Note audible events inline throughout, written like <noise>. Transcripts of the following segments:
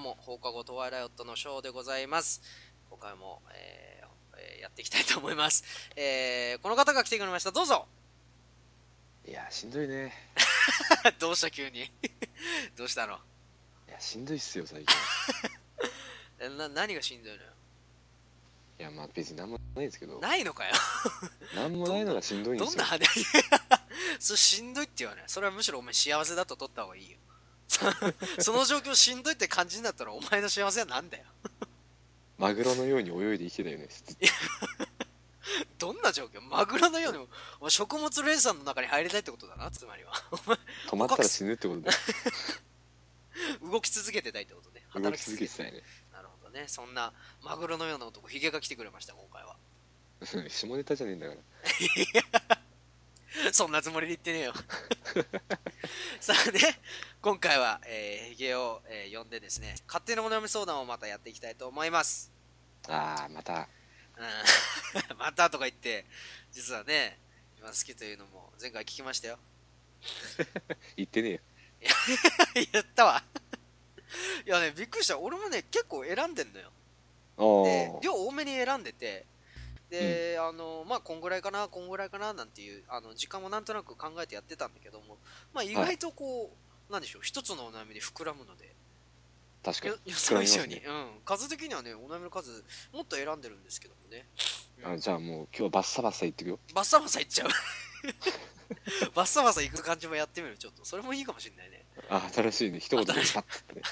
も放課後トワイライオットのショーでございます。今回も、えーえーやっていきたいと思います。えーこの方が来てくれました。どうぞ <laughs> いや、しんどいね。どうした急に <laughs> どうしたのいや、しんどいっすよ、最近。えな何がしんどいのよいや、まあ別になんもないんですけど、ないのかよ。なんもないのがしんどいんでどんすよな。話 <laughs> それしんどいって言わない。それはむしろお前幸せだと取った方がいいよ。 <laughs> その状況しんどいって感じになったらお前の幸せはなんだよ。マグロのように泳いで生きてたよね。ずっどとんな状況マグロのようにも、お前食物連鎖の中に入りたいってことだな、つまりは。 <laughs> 止まったら死ぬってことで、動き続けてたいってことね。動働きき続続けけててたたよい。ね。なるほどね。そんなマグロのような男、ヒゲが来てくれました、今回は。 <laughs> <laughs> うん下ネタじゃねえんだから。そんなつもりで言ってねえよ。さあね、今回は、えー、ヒゲを、えー呼んでですね、勝手なお悩み相談をまたやっていきたいと思います。ああ、また、うん <laughs> またとか言って、実はね、今好きというのも前回聞きましたよ。 <laughs> 言ってねえよ。言ったわ。 <laughs> いやね、びっくりした。俺もね、結構選んでんのよ。でおー。量多めに選んでてで、あのまあこんぐらいかなこんぐらいかななんていうあの時間もなんとなく考えてやってたんだけどもまあ意外とこう、なんでしょう一つのお悩みで膨らむので確かよ予膨想らみ以ます上ねに、うん、数的にはねお悩みの数もっと選んでるんですけどもねに。あじゃあもう今日はバッサバッサ言ってくよ。バッサバサいっちゃう <laughs> バッサバサいく感じもやってみるちょっとそれもいいかもしれないねあ新しいね。一言でパ新しいッて、ね。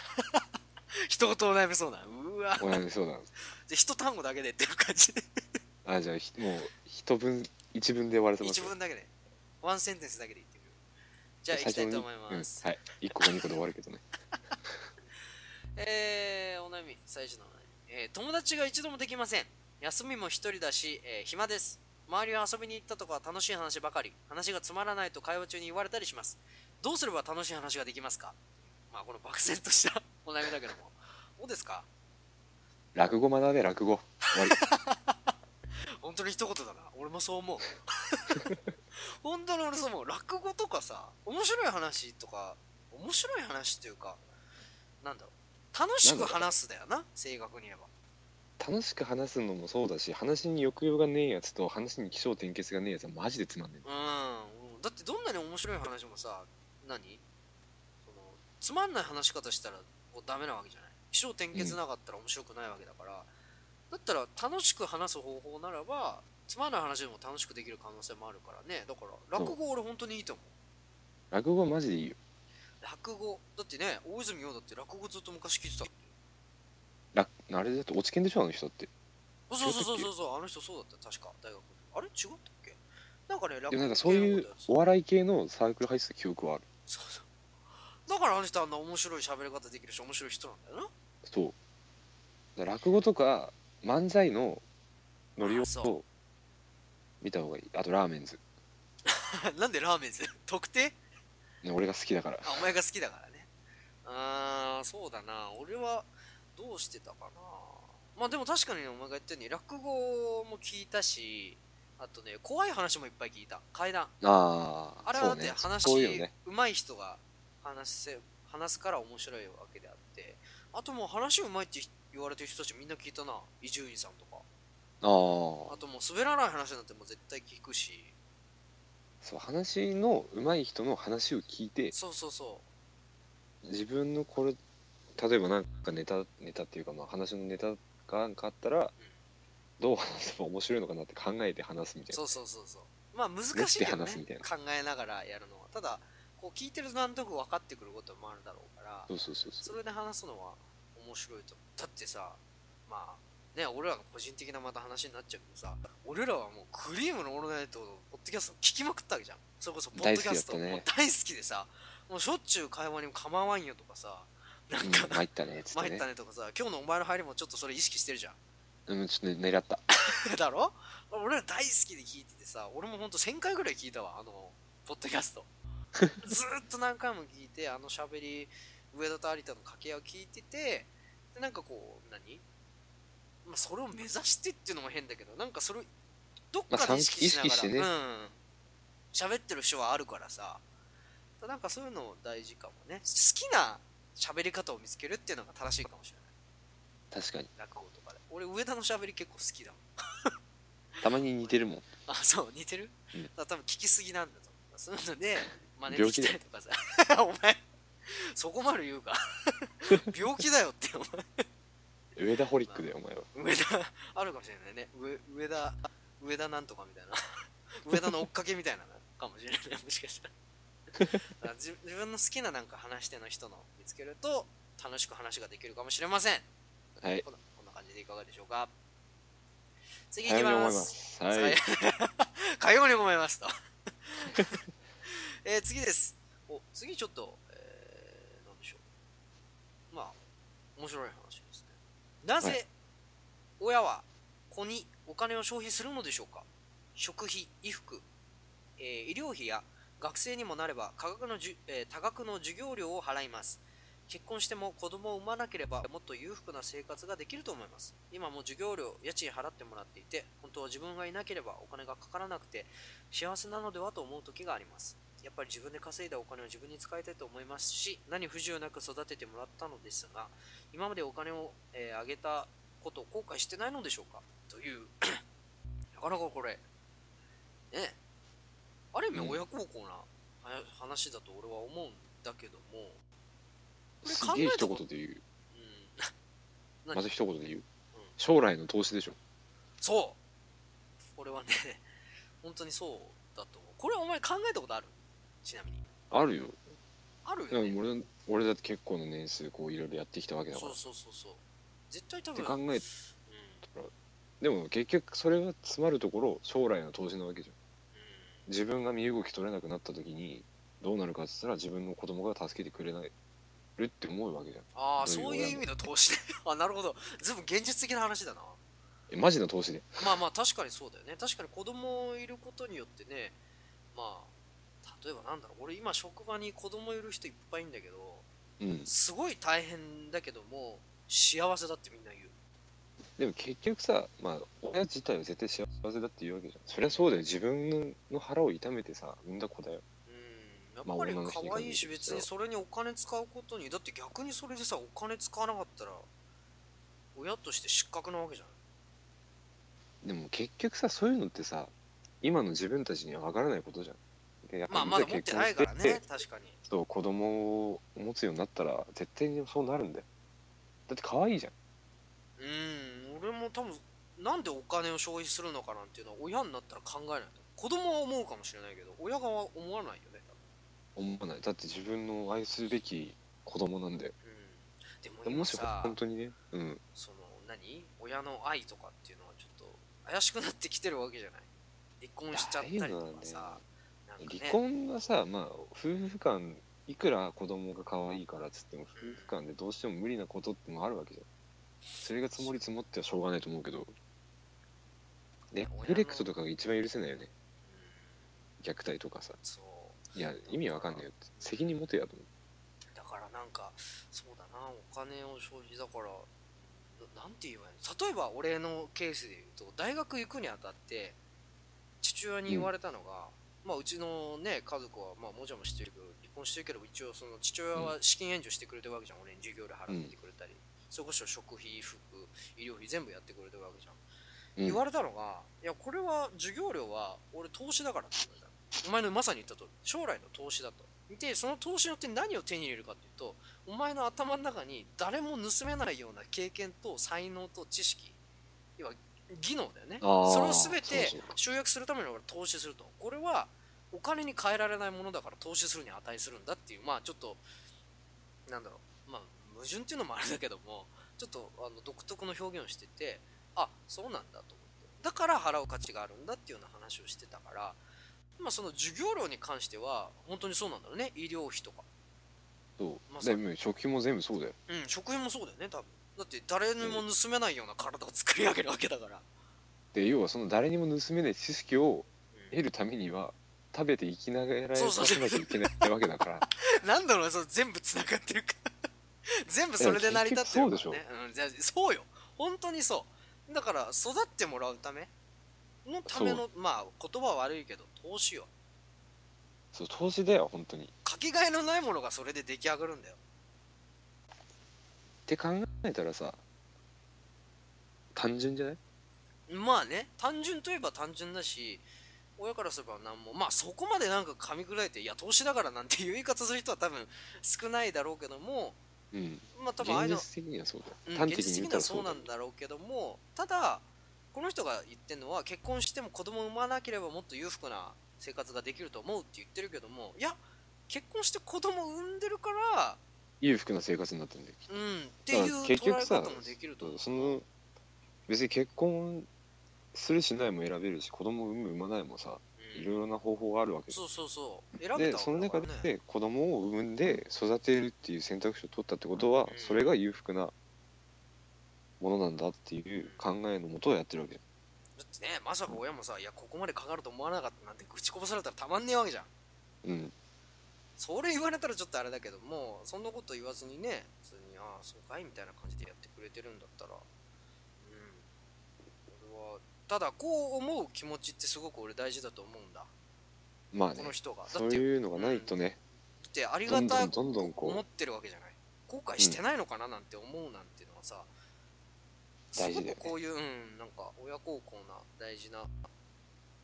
一言お悩みそうなうわお悩み相談。で一単語だけでっていう感じであじゃあひもう、一文、一文で終わらせます一よ。文だけでワンセンテンスだけで言ってみるじゃあ行きた最い初との思いにます、うん、はい。一個か二個で終わるけどね。えー、お悩み、最初のお悩み、えー友達が一度もできません。休みも一人だし、えー暇です。周りは遊びに行ったとか楽しい話ばかり、話がつまらないと会話中に言われたりします。どうすれば楽しい話ができますかまあ、この漠然とした <laughs> お悩みだけども。どうですか落語学べ、落語。終わり。本当に一言だな。俺もそう思う。 <laughs> 本当に俺そう思う。落語とかさ、面白い話とか、面白い話っていうか、なんだろう。楽しく話すだよな、正確に言えば。楽しく話すのもそうだし話に抑揚がねえやつと話に起承転結がねえやつはマジでつまんねえうん、だってどんなに面白い話もさ何そのつまんない話し方したらこうダメなわけじゃない起承転結なかったら面白くないわけだから、だったら楽しく話す方法ならばつまんない話でも楽しくできる可能性もあるからねだから落語俺本当にいいと思う落語はマジでいいよ落語だってね大泉洋だって落語ずっと昔聞いてたってらあれだって落ち研でしょあの人だってそうそうそうそうだっけそうそうあの人そうだった確か大学あれ違ったっけなんかね落で語もなんかそうい系うのことやってたお笑い系のサークル入ってた記憶はあるそうそうだからあの人あんな面白い喋り方できるし面白い人なんだよなそうだから落語とか漫才のノリあそを見た方がいいあとラーメンズ、なんで <laughs> ラーメンズ特定ね、俺が好きだからあお前が好きだからねあーそうだな俺はどうしてたかなまあでも確かにねお前が言ったように落語も聞いたしあとね怖い話もいっぱい聞いた怪談あああれはだってそうね話そういうのねうまい人が話せ話すから面白いわけであってあともう話うまいって言われてる人たちみんな聞いたな伊集院さんとかあああともう滑らない話なんてもう絶対聞くしそう話の上手い人の話を聞いてそうそうそう自分のこれ例えばなんかネタネタっていうかまあ話のネタがなんかあったらどう話せば面白いのかなって考えて話すみたいなそうそうそうそうまあ難しいよ練っねて話すみたいな考えながらやるのはただこう聞いてるとなんとなく分かってくることもあるだろうからそうそうそうそそうれで話すのは面白いと思うだってさまあね俺らが個人的なまた話になっちゃうけどさ俺らはもうクリームのオールナイトのポッドキャストを聞きまくったわけじゃんそれこそポッドキャスト大好きだったねもう大好きでさもうしょっちゅう会話にも構わんよとかさなんか、うん参ったねつって参っねたねとかさ今日のお前の入りもちょっとそれ意識してるじゃんうんちょっと狙っただろ俺ら大好きで聞いててさ俺もほんと1000回ぐらい聞いたわあのポッドキャス <laughs> トずーっと何回も聞いてあの喋り上田と有田の掛け合いを聞いててでなんかこう何、まあ、それを目指してっていうのも変だけどなんかそれをどっかで意識しながまら、あ参考意識してねうん喋ってる人はあるからさなんかそういうの大事かもね好きな喋り方を見つけるっていうのが正しいかもしれない確かに落語とかで俺上田の喋り結構好きだもんたまに似てるもんあそう似てる、うんだから多分聞きすぎなんだと思うそういうので真似で病き気だたりとかさ <laughs> お前そこまで言うか <laughs> 病気だよってお前上田ホリックだよお前は上田あるかもしれないね上上田上田なんとかみたいな <laughs> 上田の追っかけみたいなのかもしれないねもしかしたらだから自自分の好きななんか話し手の人のを見つけると楽しく話ができるかもしれませんはいこんなこんな感じでいかがでしょうか次い早きめに思いまますすはいかように思い <laughs> ますと、えー次ですお次ちょっと、えー、なんでしょうまあ面白い話ですねなぜ、は親は子にお金を消費するのでしょうか食費衣服、えー医療費や学生にもなれば科学のじゅ、えー多額の授業料を払います結婚しても子供を産まなければもっと裕福な生活ができると思います今も授業料家賃払ってもらっていて本当は自分がいなければお金がかからなくて幸せなのではと思う時がありますやっぱり自分で稼いだお金を自分に使いたいと思いますし何不自由なく育ててもらったのですが今までお金を、えーあげたことを後悔してないのでしょうかという <clears throat> なかなかこれねえある意味うん親孝行なは話だと俺は思うんだけどもすこげれえ考えた一こと言で言ううん何まず一言で言ううん将来の投資でしょそうこれはね <laughs> 本当にそうだと思うこれはお前考えたことあるちなみにあるよあるでよもね俺俺だって結構な年数こういろいろやってきたわけだかそらうっそうそうそう絶対多て分考えうんでも結局それが詰まるところ将来の投資なわけじゃんう自分が身動き取れなくなった時にどうなるかっつったら自分の子供が助けてくれないるって思うわけじゃんんああどそうういういう意味の投資ね <laughs> あなるほどずいぶん現実的な話だなえマジな投資でまあまあ確かにそうだよね確かに子供いることによってねまあ例えばなんだろう俺今職場に子供いる人いっぱいいんだけどうんすごい大変だけども幸せだってみんな言うでも結局さまあ親自体は絶対幸せだって言うわけじゃんそりゃそうだよ自分の腹を痛めてさ産んだ子だようんまあやっ女のぱ人りに可愛いし限るけ別どにそれにお金使うことにだって逆にそれでさお金使わなかったら親として失格なわけじゃないでも結局さそういうのってさ今の自分たちには分からないことじゃんでやっまぱありまだ持ってないから結婚ねして確かにそう子供を持つようになったら絶対にそうなるんだよだって可愛いじゃんうん俺も多分なんでお金を消費するのかなんていうのは親になったら考えないと子供は思うかもしれないけど親側は思わないよね思わないだって自分の愛すべき子供なんだよ多分、うん、でもも今しさ本当にねうんその何親の愛とかっていうのはちょっと怪しくなってきてるわけじゃない離婚しちゃったりとかさなんかね離婚はさまあ夫婦間いくら子供が可愛いからっつっても夫婦間でどうしても無理なことってもあるわけじゃんそれが積もり積もってはしょうがないと思うけどネットフレクトとかが一番許せないよねうん虐待とかさそういや意味わかんないよって責任持てやと思だからなんかそうだなお金を消費だからななんて言えばいいの例えば俺のケースで言うと大学行くにあたって父親に言われたのが、うまあ、うちの、ね、家族は、まあ、もちろんしてるけど離婚してるけど一応その父親は資金援助してくれてるわけじゃん、俺に授業料払ってくれたり、それこそ食費衣服医療費全部やってくれてるわけじゃん、う、うん言われたのがいやこれは授業料は俺投資だからって言われたのお前のまさに言ったと将来の投資だとでその投資によって何を手に入れるかっていうとお前の頭の中に誰も盗めないような経験と才能と知識要は技能だよねあーそれを全てそうそう集約するために俺は投資するとこれはお金に換えられないものだから投資するに値するんだっていうまあちょっとなんだろうまあ矛盾っていうのもあれだけどもちょっとあの独特の表現をしててあそうなんだと思ってだから払う価値があるんだっていうような話をしてたからまあその授業料に関しては本当にそうなんだろうね医療費とかそう、まさでにも食費も全部そうだようん食品もそうだよね多分だって誰にも盗めないような体を作り上げるわけだから、で要はその誰にも盗めない知識をうん得るためには食べて生きながらえなそうそうきゃいけないってわけだからなんだろうなその全部つながってるか <laughs> 全部それで成り立ってるから、ね、いや結局そうでうんじゃあそうよ本当にそうだから育ってもらうためのためのまあ言葉は悪いけど投資よそう投資だよ本当にかけがえのないものがそれで出来上がるんだよって考えたらさ単純じゃないまあね単純といえば単純だし親からすれば何もまあそこまでなんか噛み砕いていや投資だからなんていう言い方する人は多分少ないだろうけどもうんまあ多分ああいう現の実的にはそうだよ、うん端現的に実的見にたはらそそううだなよんだろうけどもただこの人が言ってるのは結婚しても子供産まなければもっと裕福な生活ができると思うって言ってるけどもいや結婚して子供産んでるから裕福な生活になってるんだよきっとうんってだいかうら結捉局えさ方もできると思うその別に結婚するしないも選べるし子供産む産まないもさうんいろいろな方法があるわけそうそうそう選べでたそのわけだか中らねで子供を産んで育てるっていう選択肢を取ったってことは、それが裕福なものなんだっていう考えのもとをやってるわけだってねまさか親もさいやここまでかかると思わなかったなんて口こぼされたらたまんねえわけじゃんうんそれ言われたらちょっとあれだけどもそんなこと言わずにね普通にああそうかいみたいな感じでやってくれてるんだったらうん俺はただこう思う気持ちってすごく俺大事だと思うんだまあねこの人がだそっうてだいうのがないとね、ってありどがんどたんくどんどん思こってるわけじゃない後悔してないのかななんて思うなんていうのはさす大ご事だよねくこういううんなんか親孝行な大事な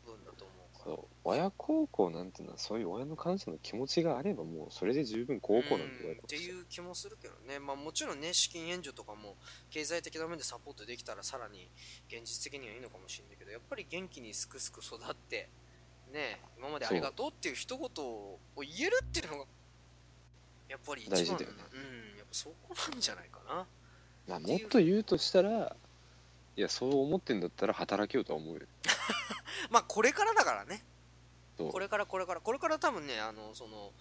部分だと思ううからそう親孝行なんてのはそういう親の感謝の気持ちがあればもうそれで十分孝行なんてうん言われってていう気もするけどね、まあ、もちろんね資金援助とかも経済的な面でサポートできたらさらに現実的にはいいのかもしれないけどやっぱり元気にすくすく育ってね今までありがとうっていう一言を言えるっていうのがやっぱり一番大事だよねうんやっぱそこなんじゃないかなまあもっと言うとしたらいやそう思ってんだったら働けようとは思うよまあこれからだからねそうこれからこれからこれから多分ねあのその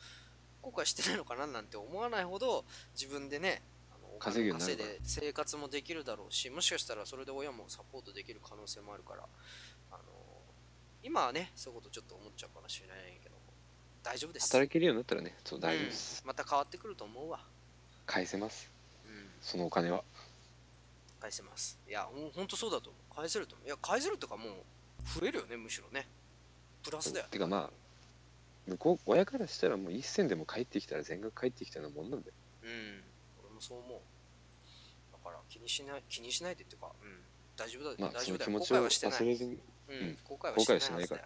後悔してないのかななんて思わないほど自分でねあのお稼ぐ金ようにな稼るいでから生活もできるだろうしもしかしたらそれで親もサポートできる可能性もあるからあの今はねそういうことちょっと思っちゃうかもしれないけど大丈夫です働けるようになったらねそう大丈夫です、うんまた変わってくると思うわ、返せますうん、そのお金は返せますいやほんほんとそうだと思う返せると思ういや返せるとかもう増えるよねむしろねプラスだよてかまあ向こう親からしたらもう一銭でも帰ってきたら全額帰ってきたようなもんなんだようん、俺もそう思う。だから気にしない、気にしないでっていうか、うん、大丈夫だ、まあ大そ丈夫のだ気よ。持後ち悔をはしてな忘い。れずにううんん、後悔はしてないはずだよ。後悔はしないからうん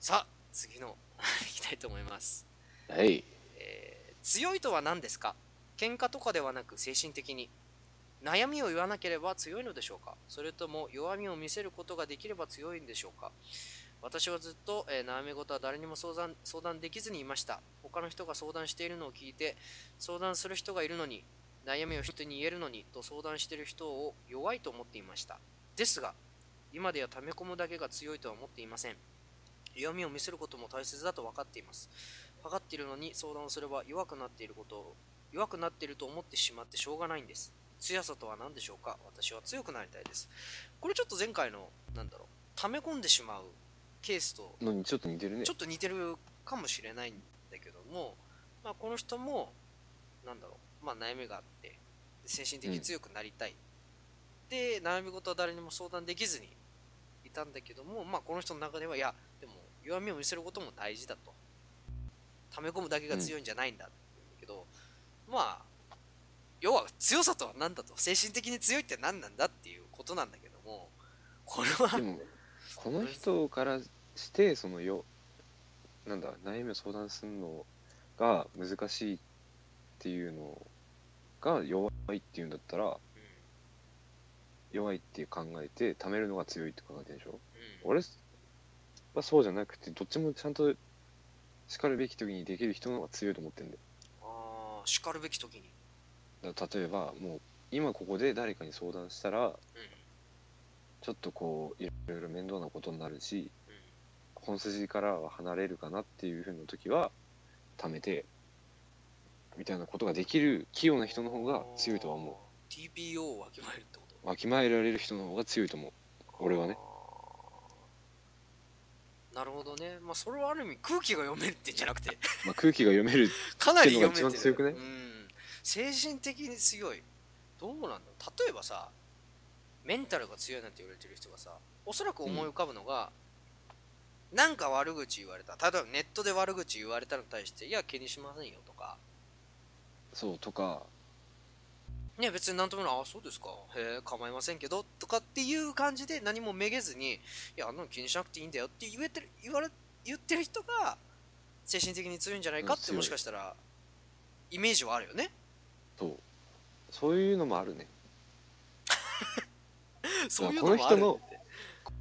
さあ、次の <laughs> いきたいと思います。はいえー強いとは何ですか喧嘩とかではなく精神的に。悩みを言わなければ強いのでしょうかそれとも弱みを見せることができれば強いんでしょうか私はずっと、えー悩み事は誰にも相談相談できずにいました。他の人が相談しているのを聞いて、相談する人がいるのに、悩みを人に言えるのにと相談している人を弱いと思っていました。ですが、今では溜め込むだけが強いとは思っていません。弱みを見せることも大切だと分かっています。分かっているのに相談をすれば弱くなっていることを弱くなっていると思ってしまってしょうがないんです強さとは何でしょうか私は強くなりたいですこれちょっと前回のなんだろう溜め込んでしまうケースとのにちょっと似てるねちょっと似てるかもしれないんだけども、まあ、この人もなんだろう、まあ、悩みがあってで精神的に強くなりたい、で悩み事は誰にも相談できずにいたんだけども、まあ、この人の中ではいやでも弱みを見せることも大事だと溜め込むだけが強いんじゃないんだって言うんだけど、まあ要は強さとは何だと精神的に強いって何なんだっていうことなんだけどもこれはでもこの人からしてそのよなんだ悩みを相談するのが難しいっていうのが弱いっていうんだったらう弱いって考えて貯めるのが強いって考えてるでしんょ俺はそうじゃなくてどっちもちゃんと叱るべき時にできる人の方が強いと思ってるんだよあー叱るべき時にだから例えばもう今ここで誰かに相談したらうちょっとこういろいろ面倒なことになるしんうん本筋からは離れるかなっていうふうな時は貯めてみたいなことができる器用な人の方が強いとは思う TPO をわきまえるってことうわきまえられる人の方が強いと思う俺はねあーなるほどねまあそれはある意味空気が読めるってんじゃなく <laughs> てまあ、空気が読めるかなり読めてるっていうのが一番強くないうん精神的に強いどうなんだろう例えばさメンタルが強いなんて言われてる人がさおそらく思い浮かぶのが、なんか悪口言われた例えばネットで悪口言われたのに対していや気にしませんよとかそうとかね別になんともないああそうですかへえ構いませんけどとかっていう感じで何もめげずにいやあんなの気にしなくていいんだよって言えてる言われ言ってる人が精神的に強いんじゃないかってうん強いもしかしたらイメージはあるよ <laughs> ねそうそういうのもあるねそういうのもあるこのっ人て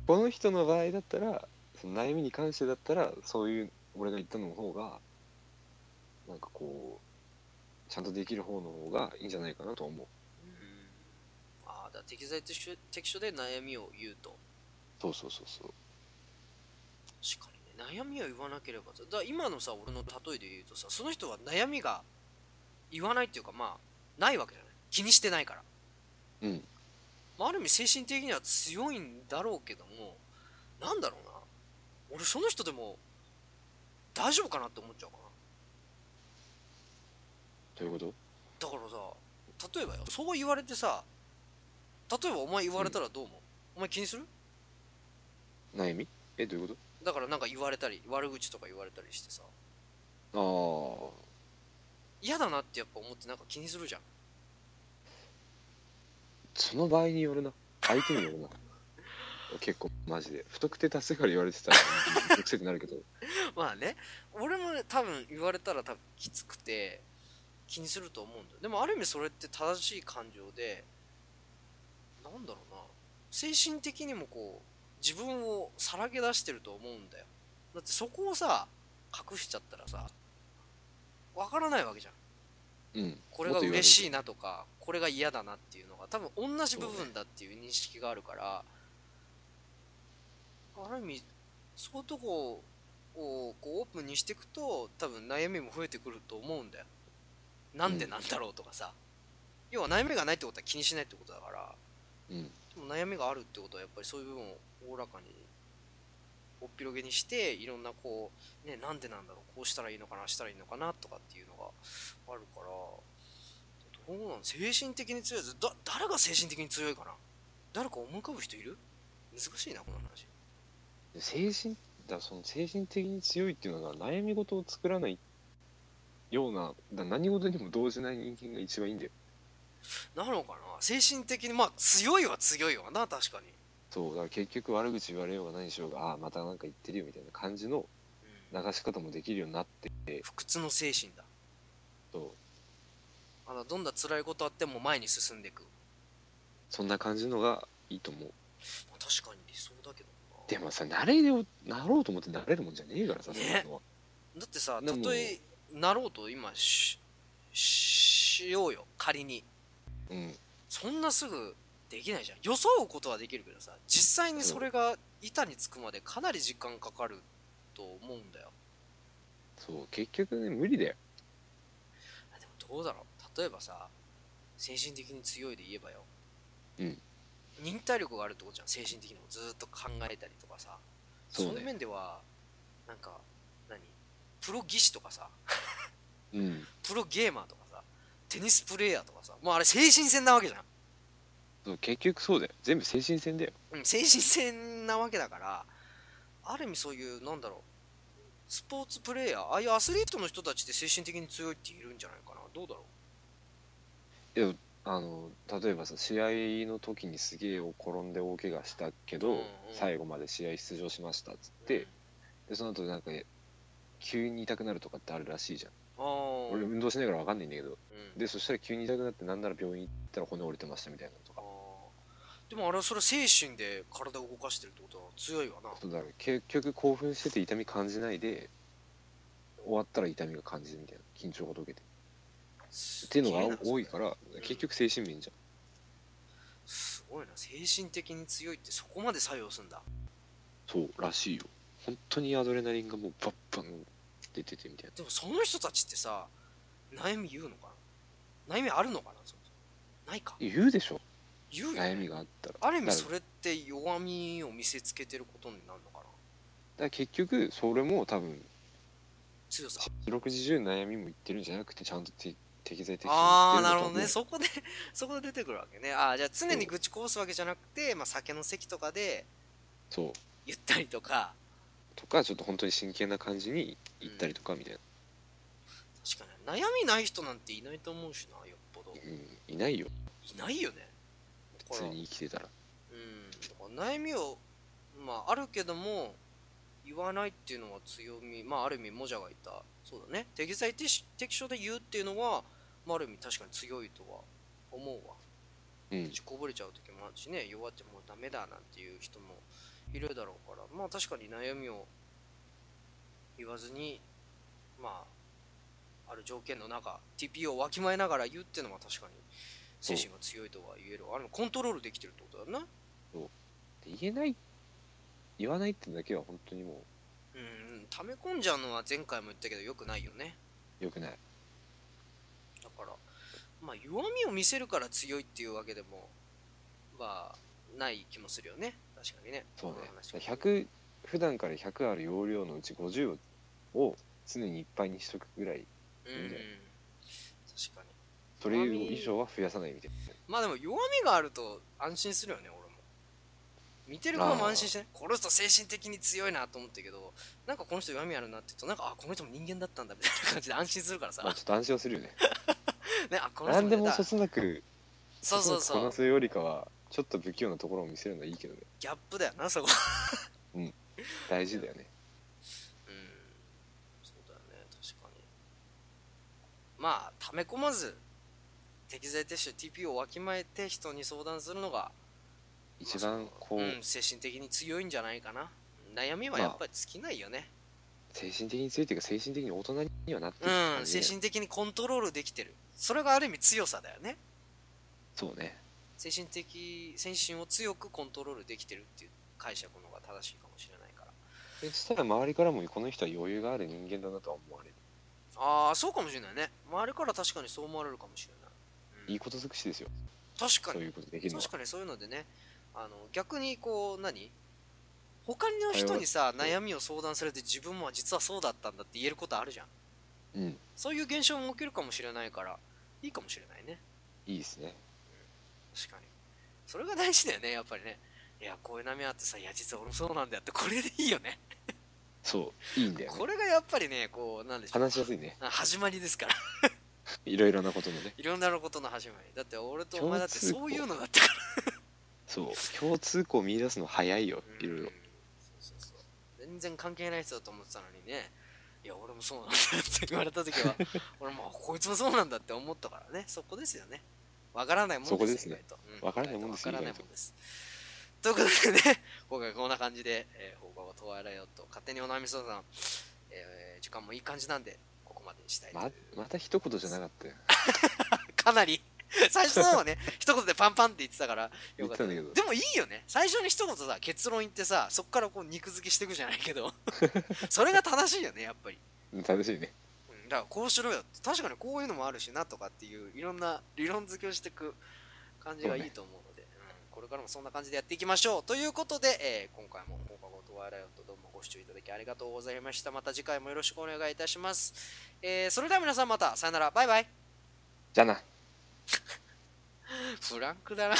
この人の場合だったらその悩みに関してだったらそういう俺が言ったのの方がなんかこうちゃんとできる方の方がいいんじゃないかなと思ううんああだから適材適所適所で悩みを言うとそうそうそうそう確かにね悩みを言わなければだから今のさ俺の例えで言うとさその人は悩みが言わないっていうかまあないわけじゃない気にしてないから、うんまあ、ある意味精神的には強いんだろうけどもなんだろうな俺その人でも大丈夫かなって思っちゃうかどういうことなだからさ例えばよそう言われてさ例えばお前言われたらどう思う、お前気にする悩みえどういうこだからなんか言われたり悪口とか言われたりしてさとああ嫌だなってやっぱ思ってなんか気にするじゃんその場合によるな相手によるな結構マジで不特定多数から言われてたら直接になるけど <laughs> まあね俺もね多分言われたら多分きつくて気にすると思うんだよでもある意味それって正しい感情でなんだろうな精神的にもこう自分をさらけ出してると思うんだよだってそこをさ隠しちゃったらさわからないわけじゃんうんこれがもっと言われる嬉しいなとかこれが嫌だなっていうのが多分同じ部分だっていう認識があるから、ある意味そういうとこをこうオープンにしていくと多分悩みも増えてくると思うんだよなんでなんだろうとかさ、要は悩みがないってことは気にしないってことだからうんでも悩みがあるってことはやっぱりそういう部分をおおらかにおっぴろげにしていろんなこうねなんでなんだろうこうしたらいいのかなああしたらいいのかなとかっていうのがあるからどうなん精神的に強いやつだ誰が精神的に強いかな誰か思い浮かぶ人いる難しいなこの話精神だその精神的に強いっていうのが悩み事を作らないようなだ何事にも動じない人間が一番いいんだよなのかな精神的にまあ強いは強いわな確かに、そうだから結局悪口言われようが何しようがああまたなんか言ってるよみたいな感じのうん流し方もできるようになって不屈の精神だとあのどんな辛いことあっても前に進んでいくそんな感じのがいいと思うまあ確かに理想だけどなでもさ慣れようなろうと思って慣れるもんじゃねえからさ、ねそういうのはだってさでもたとえなろうと今ししようよ仮にうんそんなすぐできないじゃん装うことはできるけどさ実際にそれが板につくまでかなり時間かかると思うんだよそう結局ね無理だよあでもどうだろう例えばさ精神的に強いで言えばよ、うん忍耐力があるってことじゃん精神的にもずーっと考えたりとかさそうねいう面ではなんか何プロ技師とかさうんプロゲーマーとかさテニスプレーヤーとかさもうあれ精神戦なわけじゃん、そう結局そうだよ全部精神戦だようん、精神戦なわけだからある意味そういうなんだろうスポーツプレーヤーああいうアスリートの人たちって精神的に強いっているんじゃないかなどうだろあの例えばさ試合の時にすげえ転んで大怪我したけど、うんうん最後まで試合出場しましたっつっうて、でその後なんか急に痛くなるとかってあるらしいじゃん、ああ俺運動しないから分かんないんだけどうんでそしたら急に痛くなってなんなら病院行ったら骨折れてましたみたいなのとあかーでもあれはそれは精神で体を動かしてるってことは強いわなそうだから結局興奮してて痛み感じないで終わったら痛みが感じるみたいな緊張が解けてっっていうのが多いからら結局精神面じすごいな精神的に強いってそこまで作用するんだゃん、そうらしいよ本当にアドレナリンがもうバッバン出ててみたいなでもその人たちってさ悩み言うのかな悩みあるのかなそもそもないか言うでしょ言うよね悩みがあったらある意味だからそれって弱みを見せつけてることになるのかなだから結局それも多分強さ四六時中悩みも言ってるんじゃなくてちゃんとて適材適所にああ言なってるんだとほ思どねそこで <laughs> そこで出てくるわけねああじゃあ常に愚痴こぼすわけじゃなくて、まあ、酒の席とかでうそう言ったりとかとかちょっと本当に真剣な感じに言ったりとかみたいな、確かに悩みない人なんていないと思うしなよっぽどうんいないよいないよね普通に生きてたらうんだから悩みをまああるけども言わないっていうのは強みまあある意味モジャがいたそうだね適材適し適所で言うっていうのは、まあ、ある意味確かに強いとは思うわうんこぼれちゃう時もあるしね弱ってもうダメだなんていう人もいるだろうからまあ確かに悩みを言わずにまあある条件の中 TP をわきまえながら言うっていうのは確かに精神が強いとは言えるあれもコントロールできてるってことだな言えない言わないってだけは本当にもうん溜め込んじゃうのは前回も言ったけどよくないよねう良くないだからまあ弱みを見せるから強いっていうわけでもまあない気もするよね確かにねそうねこの話を聞いて100普段から100ある容量のうち50を常にいっぱいにしとくぐらいうんいいんじゃな確かにそれ以上は増やさないみたいなまあでも弱みがあると安心するよね俺も見てる方も安心してねこの人精神的に強いなと思ったけどなんかこの人弱みあるなって言うとなんかあこの人も人間だったんだみたいな感じで安心するからさ、まあちょっと安心はするよ <laughs> ねねあこの人何でもだそつなくそうそうこそうなすよりかはちょっと不器用なところを見せるのはいいけどねギャップだよなそこ大事だよねうんそうだよね確かにまあ溜め込まず適材適所 TP をわきまえて人に相談するのが一番こう、うん、精神的に強いんじゃないかな悩みはやっぱり尽きないよね、精神的についていうか精神的に大人にはなってうる感ん、じで精神的にコントロールできてる。それがある意味強さだよね。そうね精神的、精神を強くコントロールできてるっていう解釈の方が正しいかもしれないから。そしたら周りからもこの人は余裕がある人間だなとは思われるああ、そうかもしれないね。周りから確かにそう思われるかもしれない。うんいいこと尽くしですよ確かそうに、いうことできるのは確かにそういうのでね、あの逆にこう、何他の人にさ、はい悩みを相談されて自分も実はそうだったんだって言えることあるじゃん。うんそういう現象も起きるかもしれないから、いいかもしれないね。いいですね確かにそれが大事だよねやっぱりねいやこういう波あってさいや実は俺もそうなんだよってこれでいいよねそういいんだよねこれがやっぱりねこうなんでしょう話しやすいねあ始まりですから <laughs> いろいろなことのねいろんなことの始まりだって俺とお前だってそういうのだったからそう共通項を見出すの早いよいろいうんろそうそうそう全然関係ない人だと思ってたのにねいや俺もそうなんだよって言われた時 <laughs> は俺もあこいつもそうなんだって思ったからねそこですよねわからないもんそこですね意外とうわからないもんですわからない意外もんとですということでね <laughs> 今回こんな感じで、えー、放課後トワイライオット勝手にお悩み相談、えー時間もいい感じなんでここまでにしたいとままた一言じゃなかったよかなり <laughs> 最初の方は <laughs> ね一言でパンパンって言ってたからよかった言ってたんだでけもいいよね最初に一言さ結論言ってさそっからこう肉付けしていくじゃない <laughs> けどそれが正しいよねやっぱりうん正しいねうんだからこうしろよって確かにこういうのもあるしなとかっていういろんな理論付けをしていく感じがいいと思うのでうんこれからもそんな感じでやっていきましょうということで、えー今回も放課後トワイライトどうもご視聴いただきありがとうございましたまた次回もよろしくお願いいたします、えーそれでは皆さんまたさよならバイバイじゃあなフランクだな